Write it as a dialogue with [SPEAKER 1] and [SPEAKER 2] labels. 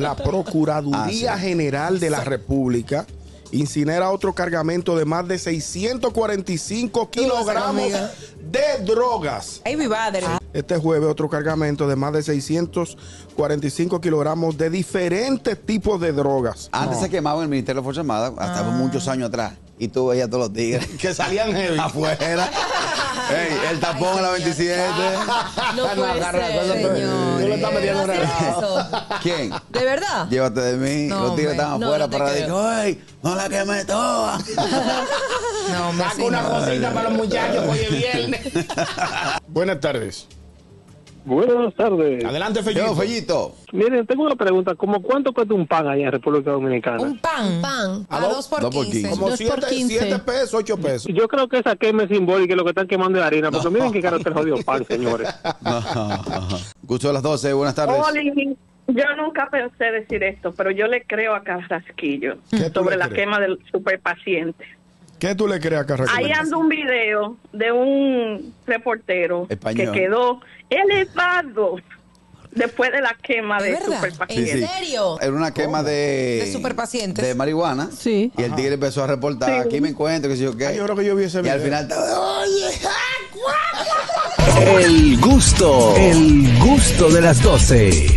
[SPEAKER 1] La Procuraduría
[SPEAKER 2] Ah, sí.
[SPEAKER 1] General de la República incinera otro cargamento de más de 645 kilogramos
[SPEAKER 2] amiga.
[SPEAKER 1] de drogas.
[SPEAKER 3] Ay, mi madre.
[SPEAKER 1] Este jueves otro cargamento de más de 645 kilogramos de diferentes tipos de drogas.
[SPEAKER 2] Antes se quemaba en el Ministerio de la Fuerza Armada, hasta
[SPEAKER 3] Ah.
[SPEAKER 2] muchos años atrás. Y tú veías todos los tigres
[SPEAKER 1] Que salían heavy.
[SPEAKER 2] afuera. Ey, el tapón a la 27.
[SPEAKER 3] No
[SPEAKER 2] No,
[SPEAKER 3] puede
[SPEAKER 2] agarra la cosa,
[SPEAKER 3] ser,
[SPEAKER 2] pero-
[SPEAKER 3] señor.
[SPEAKER 2] Tú le estás metiendo
[SPEAKER 3] No hagas eso.
[SPEAKER 2] ¿Quién?
[SPEAKER 3] ¿De verdad?
[SPEAKER 2] Llévate de mí.
[SPEAKER 3] No,
[SPEAKER 2] los tigres
[SPEAKER 3] hombre,
[SPEAKER 2] estaban
[SPEAKER 3] no,
[SPEAKER 2] afuera
[SPEAKER 3] no te
[SPEAKER 2] para decir,
[SPEAKER 3] creo.
[SPEAKER 2] ¡ay! ¡No la quemé toda!
[SPEAKER 3] No, hombre,
[SPEAKER 4] Saca
[SPEAKER 3] sí,
[SPEAKER 4] una
[SPEAKER 3] no.
[SPEAKER 4] cosita para los muchachos, hoy es viernes.
[SPEAKER 1] Buenas tardes.
[SPEAKER 5] Buenas tardes.
[SPEAKER 1] Adelante, Fellito.
[SPEAKER 2] Yo, Fellito.
[SPEAKER 5] Miren, tengo una pregunta. ¿Cómo cuánto cuesta un pan allá en República Dominicana?
[SPEAKER 3] Un pan.
[SPEAKER 4] Pan a
[SPEAKER 1] dos-
[SPEAKER 4] 2 por
[SPEAKER 2] dos por
[SPEAKER 4] 15.
[SPEAKER 2] quince.
[SPEAKER 1] Como 7 pesos, 8 pesos.
[SPEAKER 5] Yo creo que esa quema es simbólica y lo que están quemando es harina, porque miren qué caro está el jodido pan, señores.
[SPEAKER 2] Gusto de las 12, buenas tardes.
[SPEAKER 6] Oli, yo nunca pensé decir esto, pero yo le creo a Carrasquillo
[SPEAKER 1] ¿Qué tú
[SPEAKER 6] sobre
[SPEAKER 1] le
[SPEAKER 6] la
[SPEAKER 1] crees?
[SPEAKER 6] quema del superpaciente.
[SPEAKER 1] ¿Qué tú le crees a Carrasco?
[SPEAKER 6] Ahí anda un video de un reportero
[SPEAKER 2] Español.
[SPEAKER 6] que quedó elevado después de la quema
[SPEAKER 3] ¿Es
[SPEAKER 6] del
[SPEAKER 3] verdad?
[SPEAKER 6] superpaciente.
[SPEAKER 3] ¿En serio?
[SPEAKER 2] Era una quema de.
[SPEAKER 4] De superpacientes.
[SPEAKER 2] De marihuana.
[SPEAKER 3] Sí.
[SPEAKER 2] Y el tigre empezó a reportar. Aquí me encuentro, que sé yo qué.
[SPEAKER 1] Ay, yo creo que yo vi ese
[SPEAKER 2] Y al
[SPEAKER 1] video.
[SPEAKER 2] final, ¡oye!
[SPEAKER 7] El gusto, el gusto de las doce.